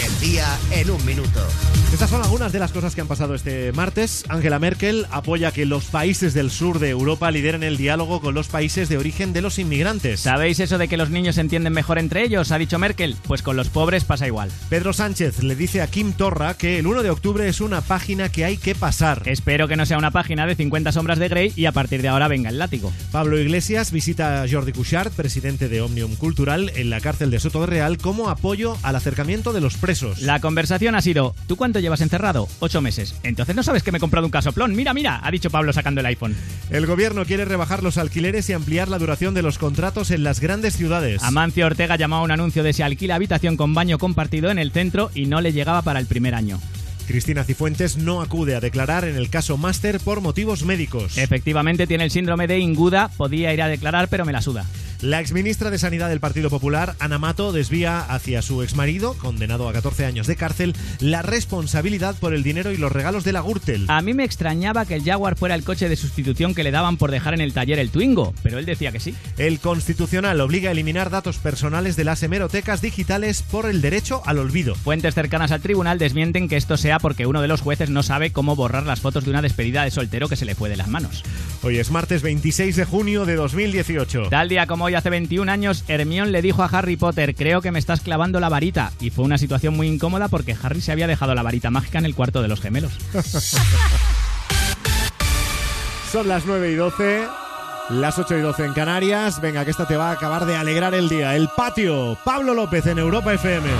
Andalucía en un minuto. Estas son algunas de las cosas que han pasado este martes. Angela Merkel apoya que los países del sur de Europa lideren el diálogo con los países de origen de los inmigrantes. ¿Sabéis eso de que los niños se entienden mejor entre ellos? Ha dicho Merkel. Pues con los pobres pasa igual. Pedro Sánchez le dice a Kim Torra que el 1 de octubre es una página que hay que pasar. Espero que no sea una página de 50 sombras de Grey y a partir de ahora venga el látigo. Pablo Iglesias visita a Jordi Cuixart, presidente de Omnium Cultural, en la cárcel de Soto Real como apoyo al acercamiento de los presos. La conversación ha sido, ¿tú cuánto llevas encerrado? Ocho meses. Entonces no sabes que me he comprado un casoplón. Mira, mira, ha dicho Pablo sacando el iPhone. El gobierno quiere rebajar los alquileres y ampliar la duración de los contratos en las grandes ciudades. Amancio Ortega llamaba a un anuncio de se alquila habitación con baño compartido en el centro y no le llegaba para el primer año. Cristina Cifuentes no acude a declarar en el caso Máster por motivos médicos. Eh, Efectivamente tiene el síndrome de Inguda, podía ir a declarar pero me la suda. La exministra de Sanidad del Partido Popular, Ana Mato, desvía hacia su exmarido, condenado a 14 años de cárcel, la responsabilidad por el dinero y los regalos de la Gürtel. A mí me extrañaba que el Jaguar fuera el coche de sustitución que le daban por dejar en el taller el Twingo, pero él decía que sí. El Constitucional obliga a eliminar datos personales de las hemerotecas digitales por el derecho al olvido. Fuentes cercanas al tribunal desmienten que esto sea porque uno de los jueces no sabe cómo borrar las fotos de una despedida de soltero que se le fue de las manos. Hoy es martes 26 de junio de 2018. Tal día como hoy hace 21 años, Hermión le dijo a Harry Potter, creo que me estás clavando la varita. Y fue una situación muy incómoda porque Harry se había dejado la varita mágica en el cuarto de los gemelos. Son las 9 y 12, las 8 y 12 en Canarias. Venga, que esta te va a acabar de alegrar el día. El patio, Pablo López en Europa FM.